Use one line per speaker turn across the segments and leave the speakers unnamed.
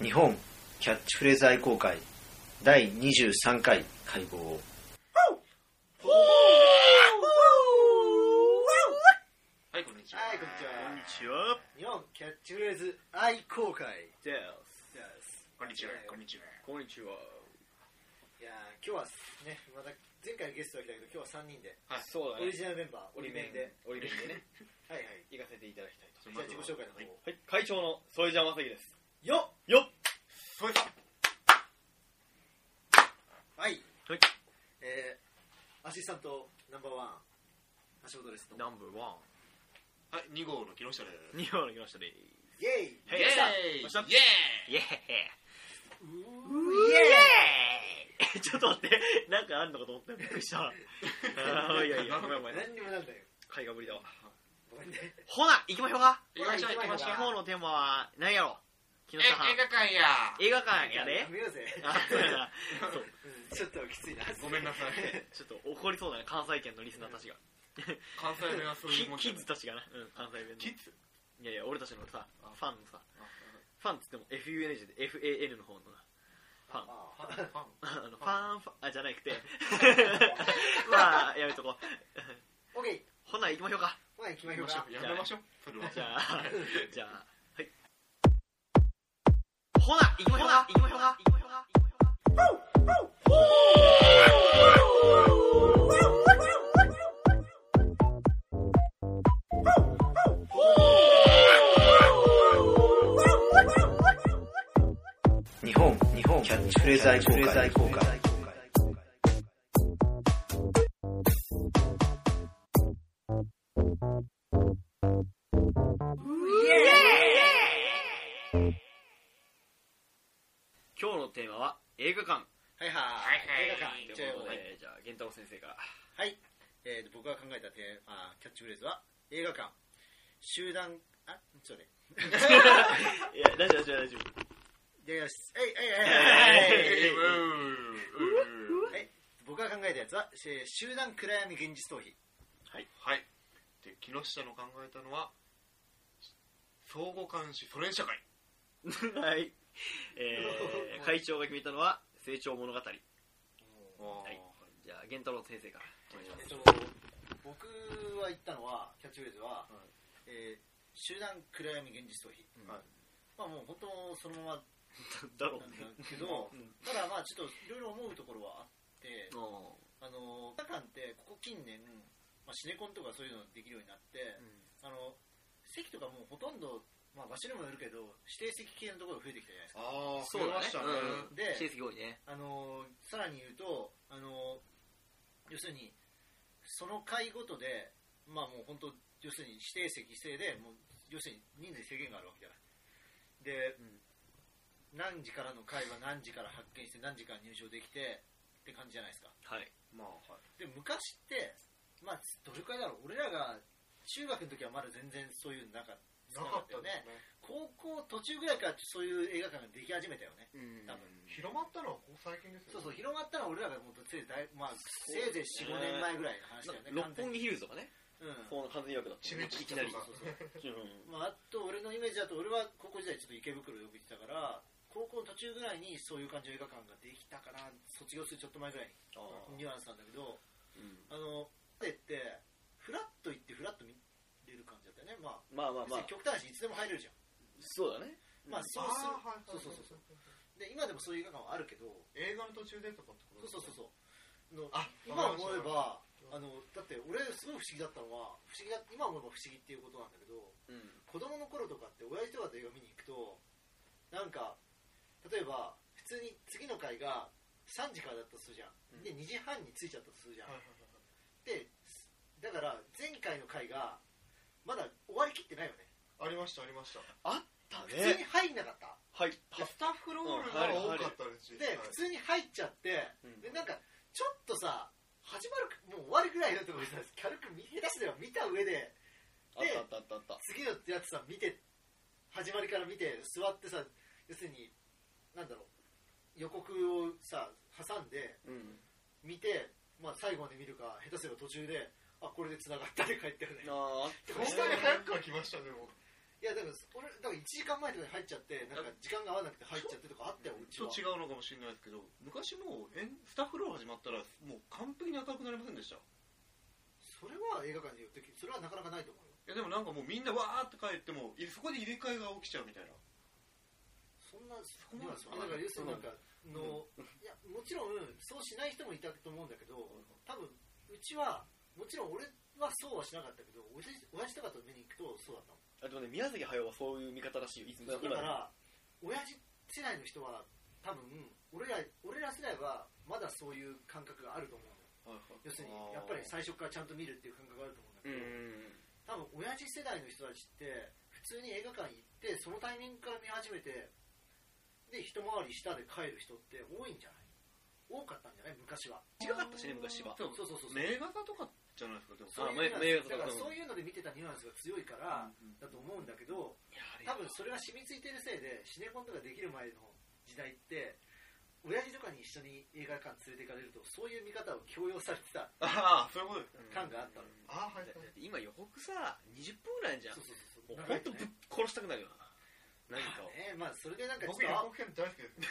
日本キャッチフレーズ愛好会第23回会合はいこんにちは
はい、こんにちは。
こんにちは。
日本キャッチフレーズ愛好会
です。
です。
こんに
ちはこん
にちは
こんにちは。
いやー今日はね、また前回ゲストが来たけど、今日は3人で、
はい
そうだ
オリ
ね。
ジナルメンバー、オリメンで。。
オリメンでね。
はいはい。
行かせていただきたいと。
じゃあ自己紹介の方を。
はい。会長の添えじゃまさきです。
よ
よっ。
っは
は
い。
い。
えー、アシスタントナンバーワン、橋本ですと。
ナンバーワ
はい、2号の木下です。
ン。日本に来ましたね。
イェイ
はい
イエーイ
来た来た
イエ
イエ
う
ーイ。ちょっと待って。なんかあんのかと思ったよびっくりした。あ ーいやいや。ごめんごめん。
何にもなんだよ。
会がぶりだわ。
ごめんね。
ほな行きましょうか。
ーイ行きましょう行きましょ
今
う
日のテーマは何やろ。木
え
下さ
映
ん。
画館や
映画館やで
や。めようぜ。
あそうやな
うんちょっときついな。
ごめんなさい。
ちょっと怒りそうだね関西圏のリスナーたちが。
関西弁はそういうもん
キ
じゃ
ッ
な
ズ
い
たちがな。うん関西弁の。
キッズ
いやいや、俺たちのさ、
あ
ファンのさ、
あ
ファンっつっても FUN じゃで FAN の方のな、ファン。
あ
あ
ー
ああ
あのファンファン、あ、じゃなく て、まあ、やめとこう。
オッケー
ほな、行きましょうか。
まあ行きま
やめ
しょう
ましょ
か
う。。やめましょう。それは。
じゃ あ、じゃあ、はい。ほな、行きましょうか。行きましょうか。行きましょうか。
日本日本キャッチフレーズ愛好会
今日のテーマは映画館
はいは
はい
ーい。映画
は
館
い
行
と
っちゃ
いう
う
こと
よ
で、じゃあ、源太郎先生から。
はい、えー、僕が考えたテーマキャッチフレーズは映画館集団あちょっとね
いや、大丈夫、大丈夫、大丈夫。
でよし
え
えい
え
えいえいえいえい
うー
はい僕が考えたやつはえー集団暗闇現実逃避
はい。で、木下の考えたのは、相互監視、ソ連社会。
はい。え ー、会長が決めたのは、成長物語。はい。
はい
じゃあ、源太郎先生から。お願いしま
えっ
す
と僕は言ったのはキャッチフレーズは、えー集団暗闇現実逃避、
うん
はいまあもう本当そのまま
だろう
なんだ
ね。
けど、
うん
ただまあちょっといろいろ思うところはあって、
お
あの映画館ってここ近年、まあ、シネコンとかそういうのできるようになって、
ー
あの席とかもうほとんど、まあ、場所にもよるけど指定席系のところが増えてきたじゃないですか
ああ、
そ
そうう
だ
ま
ね
したね。
うん。
で
親戚多いね。
あのさらに言うとあの要するにその回ごとでまあもう本当要するに指定席制でもう要するに人数制限があるわけじゃないで、
うん
何時からの会は何時から発見して何時から入場できてって感じじゃないですか
はい。
まあ、はい。
で昔って、まあ、どれくらいだろう俺らが中学の時はまだ全然そういうのなかっ
な
た
かった
よ
ですね
ね。高校途中ぐらいからそういう映画館ができ始めたよね
うん
多分
広まったのはここ最近です
そ
よ
うそう
ね。
広まったのは俺らがもうせいぜい、
う
まあ、せ
ですね
いぜい45年前ぐらいの話だよね
なんか六本
木
木ヒルズとかね。
う
この完全予約だった
地
ね。
面
い
地
きなり。
そうそう
うん
んまあ、あと俺のイメージだと俺は高校時代ちょっと池袋よく行ってたから高校の途中ぐらいにそういう感じの映画館ができたかな卒業するちょっと前ぐらいにニュアンスなんだけど
うん
あのでってフラッと行ってフラッと見れる感じだったよねま
ま
あ
あまあまあ、
極端な話いつでも入れるじゃん
そうだね。
まあ
うん
そうす
あー
る
はいはい
そうそうそうそうで今でもそういう映画館はあるけど
映画の途中でとかってこと
そう
です
そ
ね
うそうそうの
あ、
今思え
わか
ばあのだって俺すごい不思議だったのは不思議だ今思えば不思議っていうことなんだけど
うん。
子供の頃とかって親父とかと映画見に行くとなんか例えば普通に次の回が3時からだったとするじゃんで2時半に着いちゃったとするじゃん
りましたはいはいはい
でだから前回の回がまだ終わりきってないよね
ありましたありました
だ
普通
ね。
に入んなかった
はい。
でスタッフロールが多かったですし、
で普通に入っちゃって
うん
でなんかちょっとさ始まるもう終わりぐらいだと思ってたんです軽く見下手すれば見た上で
あったあったあったあった。
次のやつさ見て始まりから見て座ってさ要するになんだろう予告をさ挟んで
うん。
見て、まあ、最後まで見るか下手すれば途中であこれで繋がったで帰ったよね
ああ、あっ
そんなに早くは来ましたねもう
いやでも俺だから1時間前とかに入っちゃってなんか時間が合わなくて入っちゃってとかあったようち
ちょ
は
っと違うのかもしれないですけど昔もうエンスタッフロー始まったらもう完璧に明るくなりませんでしたい
それは映画館で言ってそれはなかなかないと思うよ
やでもなんかもうみんなわーって帰ってもいそこで入れ替えが起きちゃうみたいな
そんなそ
こまで
だから要するになんかの、いやもちろんそうしない人もいたと思うんだけど多分うちはもちろん俺はそうはしなかったけど親父親父とかと見に行くとそうだった
あでも
の
ね宮崎駿はそういう見方らしいよいつも
だから親父世代の人は多分俺ら俺ら世代はまだそういう感覚があると思うのよ要するにやっぱり最初からちゃんと見るっていう感覚があると思うんだけ
う
ど、
ん
多分親父世代の人たちって普通に映画館行ってそのタイミングから見始めてで一回り下で帰る人って多いんじゃない多かったんじゃない昔は
違かったしね昔は
でも
そうそうそうそう
名画座とかじゃないですかでも
そうい
ま
う
あ
ニュア
名誉と
ンス
か
だから
うん
そういうので見てたニュアンスが強いからだと思うんだけど多分それが染みついてるせいでシネコンとかできる前の時代って親父とかに一緒に映画館連れて行かれるとそういう見方を強要されてた
ああそういうことです
感があったのよ
ああはい
だって今予告さ20分ぐらいじゃん
そうそうそうそう
もう
長
本当
いよ
ぶっ
ね
殺したくなるよな何かを
ねまあそれでなんかちょ
僕
っ
予
とあ
告編大好きです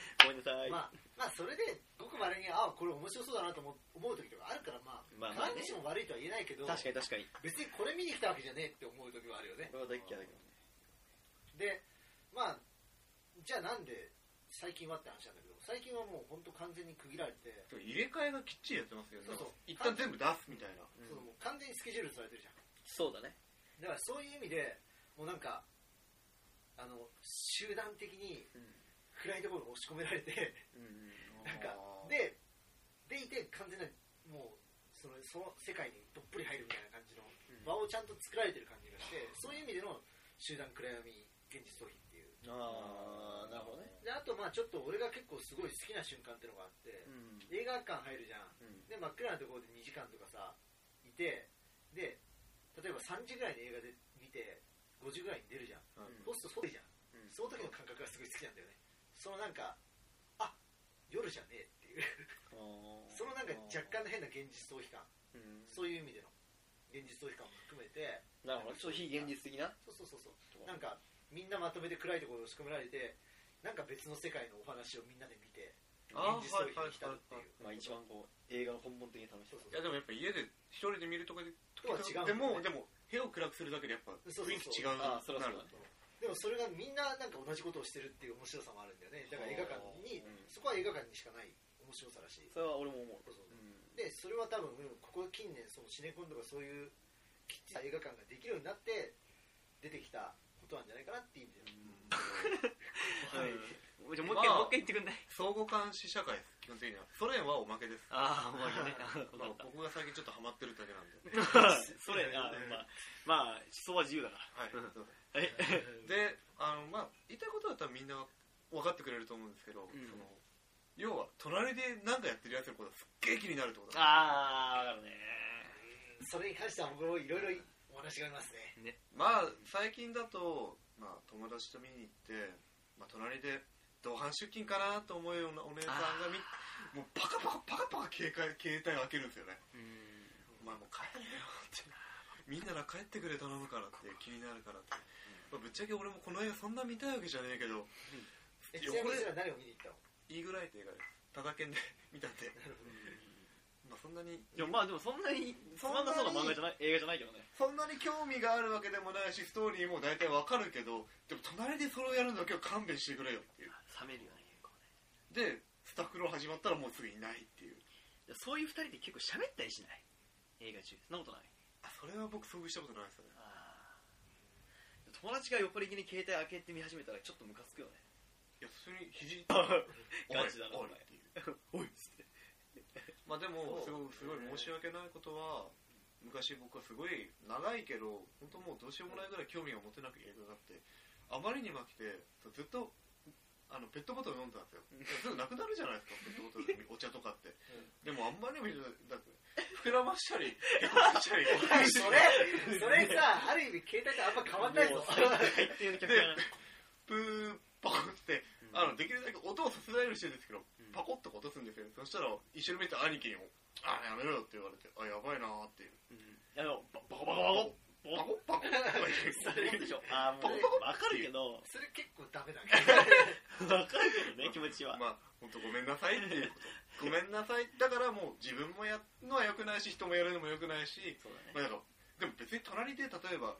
ごめんなさい
まあ、まあそれでごくまれにあこれ面白そうだなと思思う時とかあるからまあ、
まあまあね
必ずしも悪いとは言えないけど
確かに確かに
別にこれ見に来たわけじゃねえって思う時はあるよね
俺は大嫌いだけど
でまあじゃあなんで最近はって話なんだけど最近はもう本当完全に区切られて、
でも入れ替えがきっちりやってますよね
そうそう
一旦全部出すみたいな
うん
そのもう完全にスケジュールされてるじゃん
そうだね
だからそういう意味でもうなんかあの集団的に
うん
暗いところに押し込められて
うん
なんかででいて完全なもうそのその世界にどっぷり入るみたいな感じの
うん
場をちゃんと作られてる感じがしてそういう意味での集団暗闇現実逃避っていう
ああなるほどね
であとまあちょっと俺が結構すごい好きな瞬間ってのがあって、
うん
映画館入るじゃん
うん
で真っ暗なところで2時間とかさいてで例えば3時ぐらいに映画で見て5時ぐらいに出るじゃ
う
ん
ん
そうするとそうじゃん、
うん
その時の感覚がすごい好きなんだよねそのなんかあ夜じゃねえっていう
あー
そのなんか若干の変な現実逃避感
うん
そういう意味での現実逃避感も含めて
なるほどちょっと非現実的な
そうそうそうそうなんかみんなまとめて暗いところに押し込められてなんか別の世界のお話をみんなで見て
あー
現実逃避に浸るっていう
まあ一番こう映画の本物的な楽しさ
そうそ
い
う
やでもやっぱ家で一人で見るとかで
とは違う
でもでも部屋を暗くするだけでやっぱ
そうそうそう
雰囲気違う
ああそりゃ
な
そう
る
だね
でもそれがみんななんか同じことをしてるっていう面白さもあるんだよねだから映画館に
うん
そこは映画館にしかない面白さらしい
それは俺も思う
そうそう
うん
でそれは多分ここ近年そのシネコンとかそういうきっちり映画館ができるようになって出てきたことなんじゃないかなっていう意味で
はい
じゃあもう一
ま
回
あ
もう一回言ってくんない
相互監視社会です基本的にはソ連はおまけです
あ あもういいね分
まあ
かった
僕が最近ちょっとハマってるだけなんで
それあーまあまあ思想は自由だか
はい
うん
そう
らはい
であのまあ言いたいことだったらみんな分かってくれると思うんですけど、
ん
その要は隣で何かやってるやつのことがすっげえ気になるってことだ
ああ分かるね
それに関しては僕もいろいろお話がありますね
まあ最近だと、まあ、友達と見に行って、まあ、隣で同伴出勤かなと思うようなお姉さんが見もうパカパカパカパカ携帯携帯を開けるんですよね
うん
お前もう帰れよってみんなら帰ってくれ頼むからって気になるからって、まあ、ぶっちゃけ俺もこの映画そんな見たいわけじゃねえけど
え
い
ち
や
なみ
こ
に
れ
それは何を見に行ったの
いいぐらいって映画ですただけんで 見たんで、まあ、そんなに
でもまあでもそんなにつまんなそうな漫画じゃない映画じゃないけどね
そんなに興味があるわけでもないしストーリーも大体わかるけどでも隣でそれをやるのだけは勘弁してくれよっていう
冷めるよね結構ね
でスタッフロー始まったらもうすぐいないっていう
いやそういう二人で結構喋ったりしない映画中そんなことない
あそれは僕遭遇したことないですね
あー友達が横にに携帯開けて見始めたらちょっとムカつくよね
いや普通に肘
ガチだな
おい
お
おいっていう
前 おいっつって
まあでもすごいす
そう
ごい申し訳ないことは昔僕はすごい長いけど本当もうどうしようもないぐらい興味が持てなく映画があってあまりにも飽きてずっとあのペットボトル飲んでたんで すよすぐなくなるじゃないですかペットボトルお茶とかって、でもあんまりにもひどいだって膨らま したりへこましたり
それそれさある意味携帯とあんま変わんないぞ
もう最低の客やな
プーパコって
うん
あのできるだけ音をさせられるしてるんですけど、
ん
パコッと落とすんですよねそしたら一緒に見てた兄貴にも「あやめろよ」って言われて「あやばいな」っていう
うんあのババコバコバコお
パコパコパコとか
されるでし ょあーもうわかるけどわ
それ結構ダメだね
かるけどね気持ち
言う
は
まあ本当ごめんなさいっていうことごめんなさいだからもう自分もやるのは良くないし人もやるのも良くないし
そうだ
ま
ね
あ、なんかでも別に隣で例えば、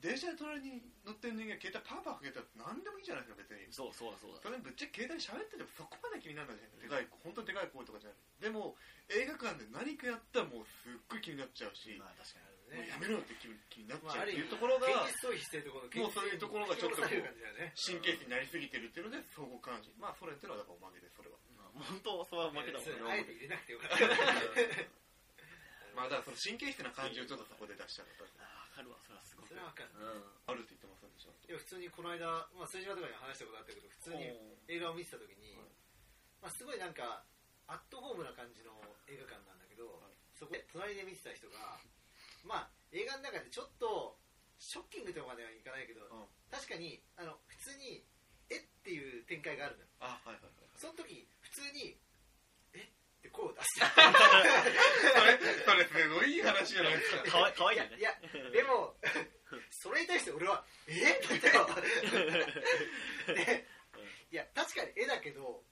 電車で隣に乗ってる人間が携帯パーパーかけたら何でもいいじゃないですか別に
そうそうだそう
それぶっちゃけ携帯喋っててもそこまで気にならないじゃんでかい本当にでかい声とかじゃないでも映画館で何かやったらもうすっごい気になっちゃうし、
だまあ確かに
もうやめろよって気に気になっ
まあ
ちゃ
あ
うって
る意
い
味
うところが
現実逃避してるところ
もうそういうところがちょっとこう
現実逃避される感じだよね
神経質になりすぎてるっていうので相互関心まあそれっていうのはだからおまけでそれは
まあ本当それは負けだもん
それあえ
ね
て入れなくてよかった
まあだからその神経質な感じをちょっとそこで出したかった
あーわかるわそれはすごく
それはわかる
う
あるって言ってませんでした
いや普通にこの間、まあ、副島とかに話したことあったけど普通に映画を見てた時に、
はい
まあ、すごいなんかアットホームな感じの映画館なんだけど、
い
そこで隣で見てた人が、まあ、映画の中でちょっとショッキングとまではいかないけど、
うん
確かにあの普通にえっていう展開があるのよ
あはいはいはい
その時普通にえって声を出した
それそれすごいいい話じゃないですか
んかわいかわいいよね
いやでも それに対して俺は「え っ?」だよ で
うん
いや確かに絵だけど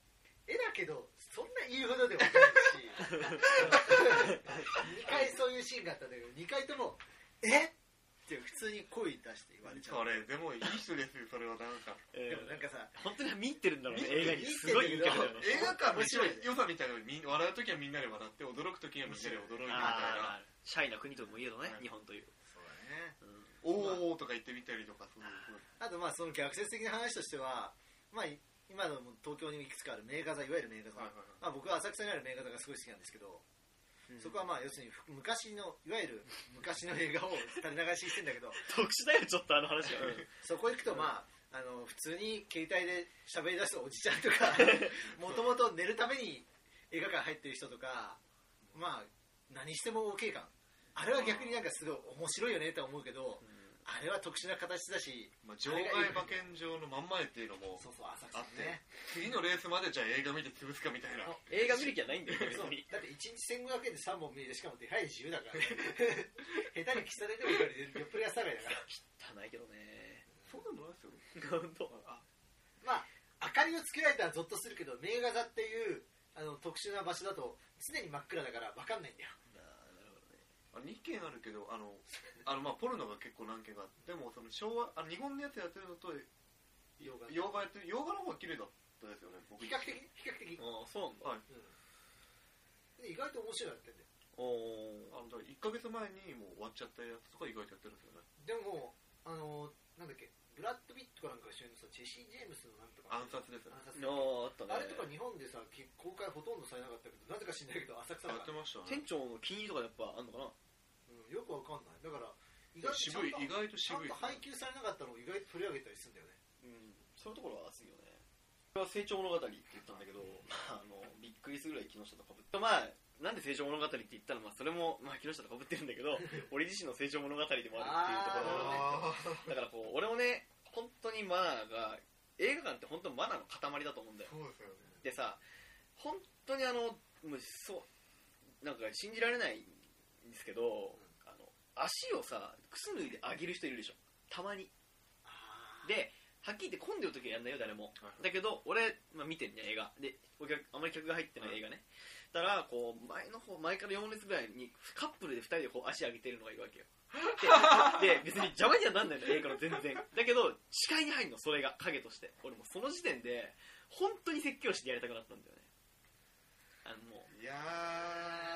絵だけどそんな言うほどでもないし2 回そういうシーンがあったんだけど2回とも「えっ?」って普通に声出して言われちゃ
そうれでもいい人ですよそれはなん か
うん
でもなんかさ
本当に見入ってるんだろうね
見
映画にすごい見入ってるんだろうね
映画館の
面白いね
良さみたいなのに笑う時はみんなで笑って驚く時はみんなで驚いてみたいな
あーシャイな国ともいえどね
はい
日本という
そうだね
うん
おーとか言ってみたりとかそういう
あとまあその逆説的な話としては、まあ、い今のも東京にいくつかある名画座いわゆる名画座、
はいはいはい
まあ、僕は浅草にある名画座がすごい好きなんですけど、そこはまあ要するにふ昔のいわゆる昔の映画を垂れ流しにしてんだけど
特殊だよちょっとあの話は
そこ行くとまああの普通に携帯で喋り出すおじちゃんと かもともと寝るために映画館入ってる人とかまあ何しても OK 感あれは逆になんかすごい面白いよねって思うけどあれは特殊な形だし
まあ場外馬券場の真ん前っていうのも
そうそう浅
あ
草
って
ね
次のレースまでじゃあ映画見て潰すかみたいな
あ
映画見る気はないんだよね別
そう
に
だって1日1500円で3本見れてしかも手配自由だ から、ね、下手に喫茶店でもいいから酔っぷりがさないだから
汚いけどね
そうでもないですよ
本当
あ
まあ明かりをつけられたらゾッとするけど名画座っていうあの特殊な場所だと常に真っ暗だから分かんないんだよ
なるほどね
あ2件あるけどあのあのまあポルノが結構何件かあってでもその昭和あの日本のやつやってるのと
洋画
洋画やってる洋画の方が綺麗だったですよね僕
比較的比較的、
ああそうなんだ
はい
うんで意外と面白いなってんだよ
お
あ
お
のだから1ヶ月前にもう終わっちゃったやつとか意外とやってるんですよね
でもあのなんだっけブラッド・ピットかなんかが主演のさジェシー・ジェームスのなんとか
暗殺ですね
暗殺
ああったね
あれとか日本でさき公開ほとんどされなかったけどなぜか知んないけど浅草
やっ
だか
て
ら
ましたね
店長の金入りとかやっぱあんのかな
うんよくわかんないだから意外とちゃ
渋
ん
い
と
意外と
ちゃ
渋
ん
い
と配給されなかったのを意外と取り上げたりするんだよね
うんそういうところは熱いよねこれは成長物語って言ったんだけど、まあ、あのびっくりするぐらい木下とかぶってまあなんで成長物語って言ったら、まあ、それも、まあ、木下とかぶってるんだけ ど俺自身の成長物語でもあるっていう
あー
ところだからこう俺もね本当にマナーが映画館って本当マナーの塊だと思うんだよ
そうですよね
でさ本当にあのもうそうなんか信じられないんですけど、あの足をさ靴脱いで上げる人いるでしょたまにではっきり言って混んでる時はやんないよ誰も
はい
だけど俺、まあ、見てんね映画でお客あまり客が入ってない映画ね、だからこう前の方前から4列ぐらいにカップルで2人でこう足上げてるのがいるわけよでで別に邪魔にはなんないの映画の全然だけど視界に入るのそれが影として俺もうその時点で本当に説教してやりたくなったんだよねあのも
いや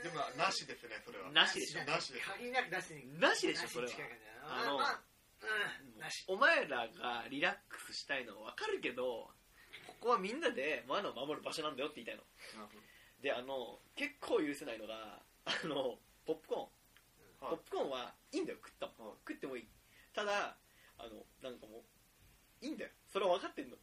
ーでもなしですねそれは
うなしでしょ
なしです
限りなくなしに
なしでしょそれは
なに近いかな
あの
まあうんなし
お前らがリラックスしたいのは分かるけどここはみんなでマナーを守る場所なんだよって言いたいの
なるほど
であの結構許せないのがあのポップコーン、
はい
ポップコーンはいいんだよ食った
は
もん、
い
食ってもいいただあのなんかもういいんだよそれは分かってんの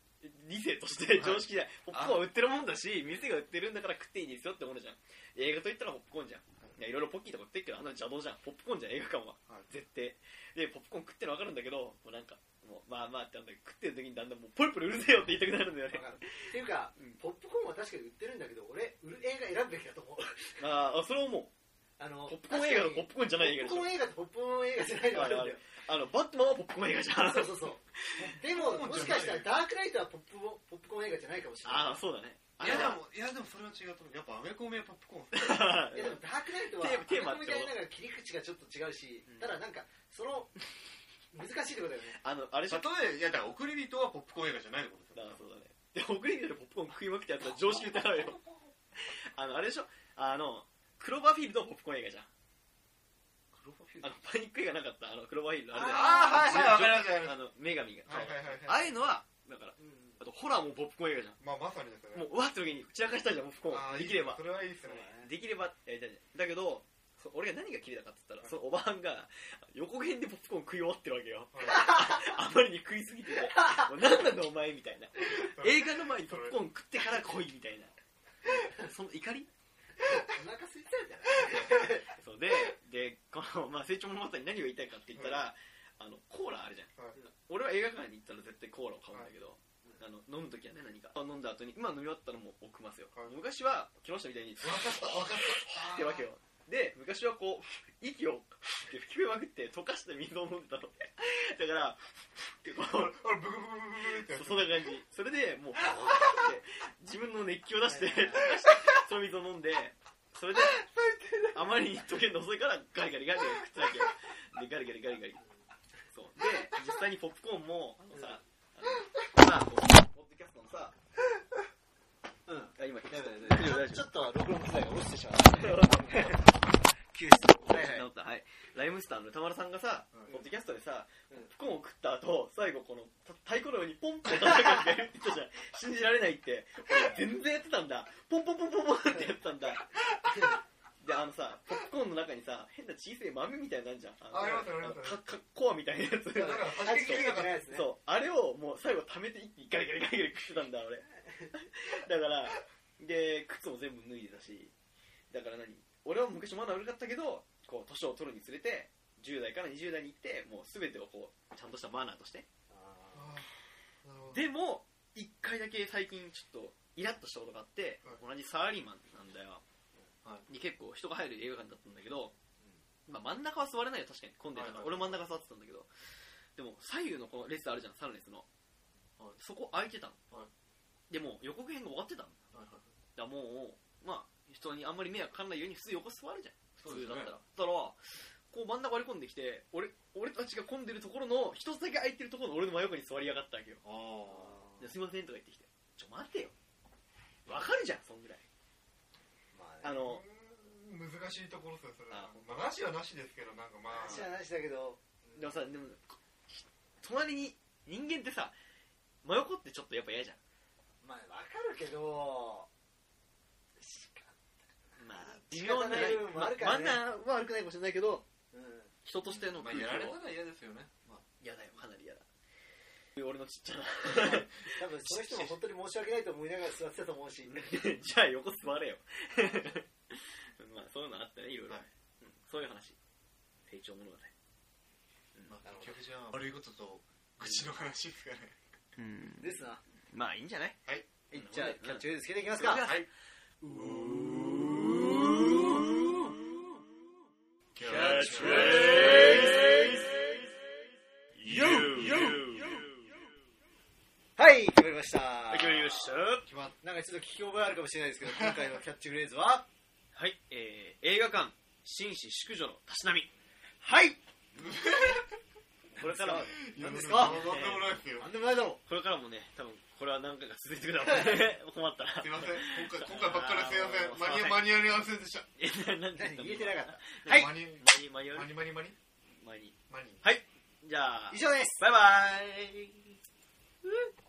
理性として
い
常識で、ポップコーンは売ってるもんだし店が売ってるんだから食っていいですよってものじゃん映画といったらポップコーンじゃんいやいろいろポッキーとか売ってるけどあんなの邪道じゃんポップコーンじゃん映画館は
はい
絶対でポップコーン食ってるの分かるんだけどもうなんかもうまあまあってなんだけど食ってる時にだんだんもうポリポリうるせえよって言いたくなるんだよね
わかるっていうか
うん
ポップコーンは確かに売ってるんだけど俺売る映画選ぶべきだと思う
あーあそれは思う
あの
ポップコーン映画のポップコーンじゃない映画で
ポッ
し
プコーン映画ってポッ
ょあれあれ
プコーン映画じゃないのがあるんだよ
あのバットマンはポップコーン映画じゃん
そうそうそうでも
ポップコ
も
ーンじゃない
しかしたらダークナイトはポップコーンポップコーン映画じゃないかもしれな
あ
い
あそうだねあ
い
れ
やで
は
もいやでもそれは違うと思うやっぱアメコミはポップコーンっす
いやでもダークナイトは
テーマテーマ
アメコミでありながら切り口がちょっと違うし、
うん
ただなんかその難しいところだよね
あのあれでしょ
例えいやだから送り人はポップコーン映画じゃないのこと
だからそうだねで送り人でポップコーン食いまくってやったら常識疑うよあのあれでしょあのクローバーフィールドはポップコーン映画じゃん
クローバーフィール
あ
ド
のパニック映画なかったあのクローバーフィールドあれだよ
あーはいはいわかりましたわかりま
あの女神が、
はいはいはいはい
ああいうのはだから
うん
あとホラーもポップコーン映画じゃん
まあまさにですよね
もううわって時に散らかしたいじゃんポップコ
あ
ー
ー
ンできれば
それはいいっすね
できればやりたいじゃんだけどそ俺が何が切れたかって言ったらそのおばはんが横辺でポップコーン食い終わってるわけよあまりに食いすぎて て「もう何なんだお前」みたいな映画の前にポップコーン食ってから来いみたいなその怒り
お腹空いてたんじゃない
そうででこの、まあ、成長物語に何が言いたいかって言ったら、あのコーラあるじゃん
はい
俺は映画館に行ったら絶対コーラを買うんだけど、あの飲む時はね何かあ飲んだ後に今飲み終わったらもう置きますよ、
はい
昔は木下みたいに
わかったわかった
ってわけよで昔はこう息をって吹きまくって溶かした水を飲んでたのだからってこう
俺ブクブクブクブクってやつ
そんな感じそれでもうって自分の熱気を出してその水を飲んでそれであまりに溶けるの遅いからガリガリガリガリ食ってたわけよでガリガリガリガリそうで実際にポップコーンもあのさあのまあこうポッドキャストのさ
うん
あ今大丈夫大丈夫大
ちょ
丈夫
っと録音機材が落ちてしまっ
救治
た。はいはい。
ったはいライムスターの歌丸さんがさ、
うん
ポッドキャストでさ、
うん
ポップコーンを食った後最後このた太鼓のようにポンポン叩くって言ってたじゃん 信じられないって俺全然やってたんだポンポンポンポンポンってやってたんだであのさポップコーンの中にさ変な小さい豆みたいなのあんじゃんあの
ありますあります
のかかコアみたいなや
だ
つ
から
弾
走り
き
切れ
切
なか
れて
った
ないですね。
そうあれをもう最後溜めて一気にガリガリガリガリ食ってたんだ俺 だからで靴も全部脱いでたしだから何俺は昔まだ悪かったけどこう年を取るにつれて10代から20代に行ってもう全てをこうちゃんとしたマナーとして
あーなるほど
でも1回だけ最近ちょっとイラッとしたことがあって、同じサラリーマンなんだよ、
は
で結構人が入る映画館だったんだけど、まあ、真ん中は座れないよ確かに混んでたから、
はいはい
俺真ん中座ってたんだけどでも左右のこの列あるじゃんサラレスの、
はい
そこ空いてたの、
は
でも予告編が終わってたの
はいはい
だからもうまあ人にあんまり迷惑かかんないように普通横座るじゃん
そ
普
うで
通
す
だ
ね
ったら、だからこう真ん中割り込んできて俺俺たちが混んでるところの一つだけ空いてるところの俺の真横に座りやがったわけよ
あー
で「すいません」とか言ってきて「ちょ待てよわかるじゃんそんぐらいあの
うーん難しいところですよそれは
あ
まあなしはなしですけどなんかまあ
話はなしだけど、
でもさでも隣に人間ってさ真横ってちょっとやっぱ嫌じゃ
まあわかるけど、しか
んまあ微妙な
仕方ない部分もあるか
ま
ら
マ
ね
ナーは悪くないかもしれないけど
うん。
人としての
まあ
空気
やられた
を
ら嫌ですよねまあ
嫌だよかなり嫌だ俺のちっちゃな
多分その人も本当に申し訳ないと思いながら座ってたと思うし、
じゃあ横座れよ まあそういうのあったねいろいろ、
はい
うんそういう話成長物語
ま
な
あ
るほど
結局じゃあ悪いことと口の話ですかね
うん
ですな。
まあいいんじゃない
はい
じゃあキャッチフレーズつけていきます
う
か。
ん
はいキャッチフレーズ YO! YO!
はい、決まりました。
決まりました
決まっ
なんかちょっと聞き覚えあるかもしれないですけど、今回のキャッチフレーズは、
はい、えー、映画館紳士淑女のたしなみ
はい
これからも
何です
なん
か
でもないですよ
なんでもないだろう。
これからもね多分これは何回か続いてくるだろうね 困ったら
すいません今回今回ばっかりすいませ
あー
んマニアマニア
すいません
に合わせでした
えななんて言った
何
の
言えてなかった。はい
マニ
間に合う
マニマニマニ
間に
マニ
はいじゃあ
以上です。
バイバイ